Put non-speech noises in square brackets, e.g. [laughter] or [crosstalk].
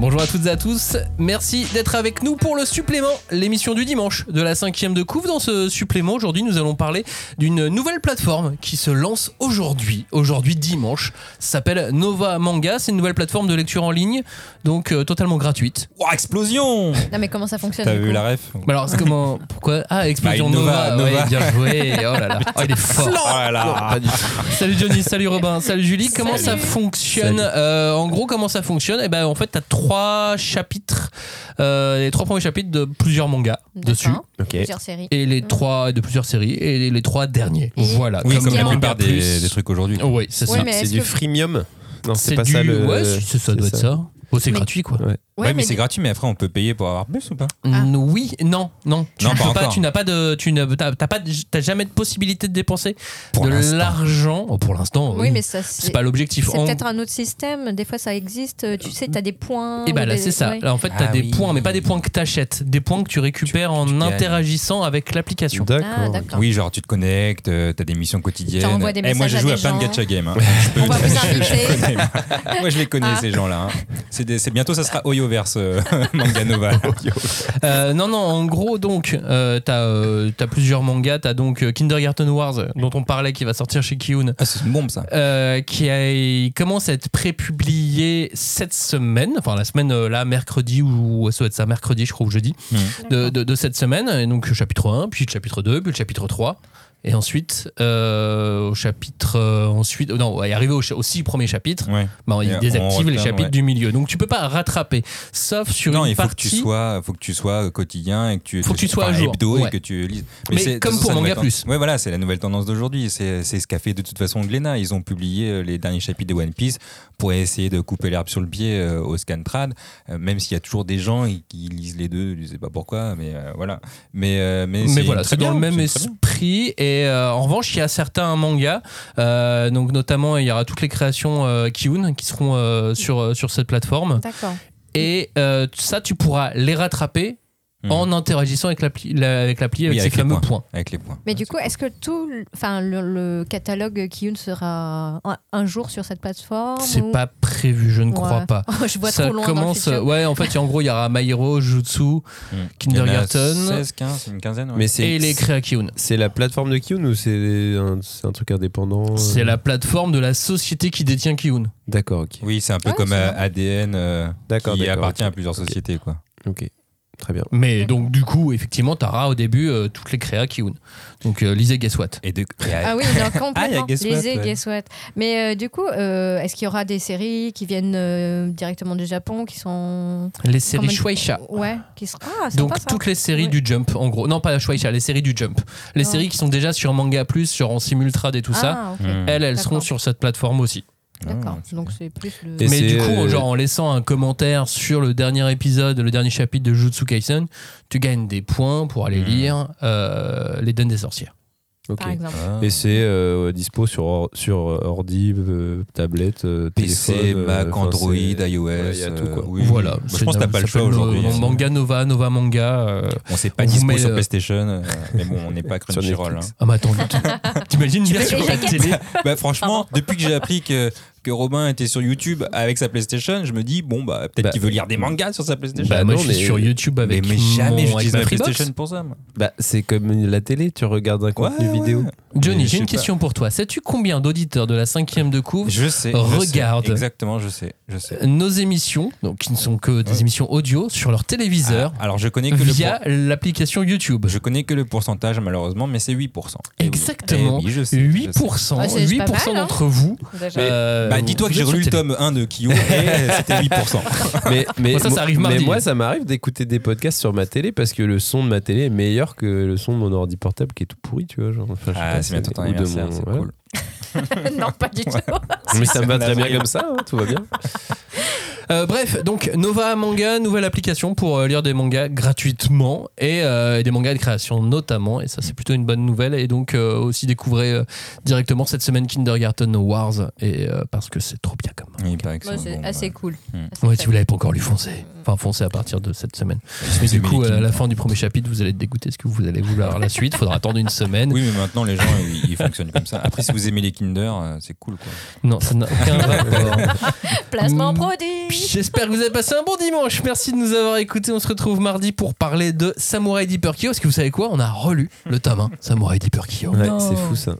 Bonjour à toutes et à tous, merci d'être avec nous pour le supplément, l'émission du dimanche de la cinquième de couvre. Dans ce supplément, aujourd'hui, nous allons parler d'une nouvelle plateforme qui se lance aujourd'hui, aujourd'hui dimanche. Ça s'appelle Nova Manga, c'est une nouvelle plateforme de lecture en ligne, donc euh, totalement gratuite. Ouah, explosion Non mais comment ça fonctionne T'as du vu coup la ref Mais alors, c'est comment Pourquoi Ah, Explosion Bah, Nova, Nova, Nova. ouais, bien joué, oh [laughs] là là, oh, il est fort. Ah là [laughs] Salut Johnny, salut Robin, salut Julie. Comment ça Salut. fonctionne Euh, En gros, comment ça fonctionne Eh ben, en fait, t'as trois chapitres, euh, les trois premiers chapitres de plusieurs mangas D'accord. dessus, Ok. Plusieurs séries. et les trois de plusieurs séries, et les, les trois derniers. Et- Voilà. Oui, Comme comme la Manga plupart des, Plus. des trucs aujourd'hui. Oui, c'est Ouais, ça. mais C'est est-ce du que- freemium Non, c'est C'est pas du- ça le. Ouais, c'est- ça doit c'est être ça. Oh, c'est Mais- gratuit, quoi. Ouais, mais, c'est gratuit, mais après on peut payer pour avoir plus ou pas Ah. Oui, non, non. Tu Non, ne pas peux pas, encore. tu n'as pas de, tu n'as, t'as, t'as pas, de- t'as jamais de possibilité de dépenser Pour de l'instant. l'argent. Oh, pour l'instant, Oui, mais ça c'est pas l'objectif. C'est En- peut-être un autre système, des fois ça existe, euh, Euh, tu sais, t'as des points. Et eh ben, bah ou là, des- c'est ça. Hein, ouais. Là, en fait, t'as Ah des oui. points, mais pas des points que t'achètes, des points que tu récupères en gagnes. interagissant avec l'application. Ah, D'accord. d'accord. Oui, genre tu te connectes, euh, t'as des missions T'as quotidiennes. envoyé des Eh, moi messages j'ai à joué à, des plein de gens. gacha games. hein. [laughs] Je peux- On va vous je- je inviter. connais, moi. Moi, je les connais ces gens-là. hein. C'est des- c'est bientôt ça sera Oyoverse euh, [laughs] Manga Nova. Euh, non, non, en gros, donc, euh, t'as euh, t'as plusieurs mangas. T'as donc euh, Kindergarten Wars, euh, dont on parlait, qui va sortir chez Kiyun, Ah, c'est une bombe ça. euh, qui a- il commence à être prépublié cette semaine, enfin la semaine euh, là, mercredi, ou ça doit être ça, mercredi, je crois, ou jeudi, Hmm. de, de- de cette semaine. Et donc, chapitre 1, puis le chapitre 2, puis le chapitre 3. Et ensuite, euh, au chapitre. euh, ensuite, non, ouais, arrivé au, cha- au six premiers chapitres. Ouais. Bon, Et il on désactive les retarde, chapitres ouais. du milieu. Donc tu peux pas rattraper, sauf sur Non, une il faut que partie. tu sois, faut que tu sois euh, quotidien et que tu, Faut que tu sois à enfin, jour, hebdo ouais. et que tu lises. Mais c'est- de comme toute pour façon, c'est la Manga nouvelle Plus. ten- Ouais, voilà, c'est la nouvelle tendance d'aujourd'hui. C'est c'est ce qu'a fait de toute façon Glénat. Ils ont publié euh, les derniers chapitres de One Piece pour essayer de couper l'herbe sur le pied euh, au scantrad, euh, même s'il y a toujours des gens et qui lisent les deux. Je sais pas pourquoi, mais euh, voilà. Mais euh, mais, Mais voilà, très c'est dans bien, le même très bien. esprit. Et euh, en revanche, il y a certains mangas, euh, donc notamment il y aura toutes les créations euh, Kiun qui seront euh, sur, euh, sur cette plateforme. D'accord. Et euh, ça, tu pourras les rattraper Mhm. en interagissant avec l'appli, la- avec, l'appli, Oui, avec avec ces les fameux points. avec les points. Mais du coup, est-ce que tout, le- enfin, le, le catalogue Kiyun sera un, un jour sur cette plateforme C'est ou- [laughs] pas prévu, je ne crois Ouais. pas. Je vois ça trop loin commence. dans le futur. ouais, en fait, en gros, il y aura Maïro, Jutsu Mhm. Kindergarten. Il y en a 16, 15, une quinzaine. ouais. Mais et c'est. les créas Kiun. C'est la plateforme de Kiyun ou c'est un, c'est un truc indépendant euh C'est la plateforme de la société qui détient Kiun. D'accord, ok. Oui, c'est un peu Ouais, comme c'est euh, vrai. ADN euh, D'accord, qui d'accord, appartient ok. à plusieurs Ok. sociétés, quoi. Ok. Très bien. Mais donc, du coup, effectivement, t'auras au début euh, toutes les créas Kiun. Donc, euh, lisez Guess What. Et de, Ah oui, non, complètement. [laughs] Ah, il y a Guess What, Lisez ouais. Guess What. Mais euh, du coup, euh, est-ce qu'il y aura des séries qui viennent euh, directement du Japon, qui sont... Les séries Comment- Shueisha. Ouais, qui sont... Ah, Donc, sympa, ça. toutes les séries Ouais. du Jump, en gros. Non, pas la Shueisha, les séries du Jump. Les Ah. séries qui sont déjà sur Manga Plus, sur en Simultrade et tout ça. Ah, ok. Hmm. Elles, elles seront D'accord. sur cette plateforme aussi. D'accord. Ah, c'est Donc bien. c'est plus le. Et Mais c'est, du coup, euh, genre en laissant un commentaire sur le dernier épisode, le dernier chapitre de Jutsu Kaisen, tu gagnes des points pour aller Mhm. lire euh, Les Dents des Sorcières. Ok. Par exemple. Ah. Et c'est euh, dispo sur, or- sur ordi, euh, tablette, euh, PC, téléphone, euh, Mac, enfin, Android, c'est- iOS. voilà, il y a tout, quoi. euh, oui, Voilà. oui. Bah, je C'est pense que t'as pas le ça s'appelle choix aujourd'hui. hein, No- Manga Nova, Nova Manga. euh, On s'est pas Vous dispo met, sur euh, [laughs] PlayStation, euh, mais bon, on n'est pas Sur Crunchyroll. Netflix. Ah, mais attends, t'imagines lire sur la télé hein. Bah, franchement, depuis que j'ai appris que, que Robin était sur YouTube avec sa PlayStation, je me dis, bon, bah, peut-être Bah, qu'il veut lire des mangas sur sa PlayStation. Bah, Bah moi, non, je suis mais- sur YouTube mais, avec. mais jamais mon- j'utilise avec ma Freebox. PlayStation pour ça. moi. Bah, c'est comme la télé, tu regardes un contenu Ouais, ouais. vidéo. Johnny, Mais j'ai je une sais pas. question pour toi. Sais-tu combien d'auditeurs de la cinquième de couvre Je sais. je Regarde. sais. Exactement, je sais. Je sais. nos émissions, donc qui ne sont que des Ouais. émissions audio, sur leur téléviseur Ah, alors, je connais, que le via l'application YouTube pour- je connais que le pourcentage, malheureusement, mais c'est 8%. Eh oui. Exactement. Eh oui, je sais, je sais. 8%, Ah, c'est pas 8% mal, hein. d'entre vous. Mais- euh, Bah, dis-toi que vous j'ai êtes relu le sur télé. tome 1 de Kyo et [laughs] c'était 8%. [laughs] mais, mais, Bon, ça, ça moi- arrive mardi. mais moi, ça m'arrive d'écouter des podcasts sur ma télé parce que le son de ma télé est meilleur que le son de mon ordi portable qui est tout pourri, tu vois. Genre, Enfin, je sais Ah, pas, c'est bientôt ton ou de anniversaire, mon- c'est voilà. cool. [laughs] non, pas du tout. Mais ça me va très bien Navré. comme ça, hein, tout va bien. Euh, bref, donc Nova Manga, nouvelle application pour euh, lire des mangas gratuitement et euh, et des mangas de création notamment. Et ça, c'est plutôt une bonne nouvelle. Et donc, euh, aussi découvrez euh, directement cette semaine Kindergarten Wars et, euh, parce que c'est trop bien comme. Oui, il paraît que Moi, c'est bon, assez ouais. cool. Hmm. Assez Ouais, fun. si vous l'avez pas encore lu, foncez. Enfin, foncez à partir de cette semaine. Mais C'est du coup, euh, Milking. à la fin du premier chapitre, vous allez être dégoûté. Est-ce que vous allez vouloir la suite Faudra attendre une semaine. bah. Oui, mais maintenant les gens ils, ils fonctionnent comme ça. Après, si vous aimez les Kinder, euh, c'est cool quoi. Non, ça n'a aucun rapport. Placement Hmm. produit. J'espère que vous avez passé un bon dimanche. Merci de nous avoir écoutés. On se retrouve mardi pour parler de Samurai Deeper Kyo. Parce que vous savez quoi On a relu le tome 1, Samurai Deeper Kyo. Ouais, c'est fou ça.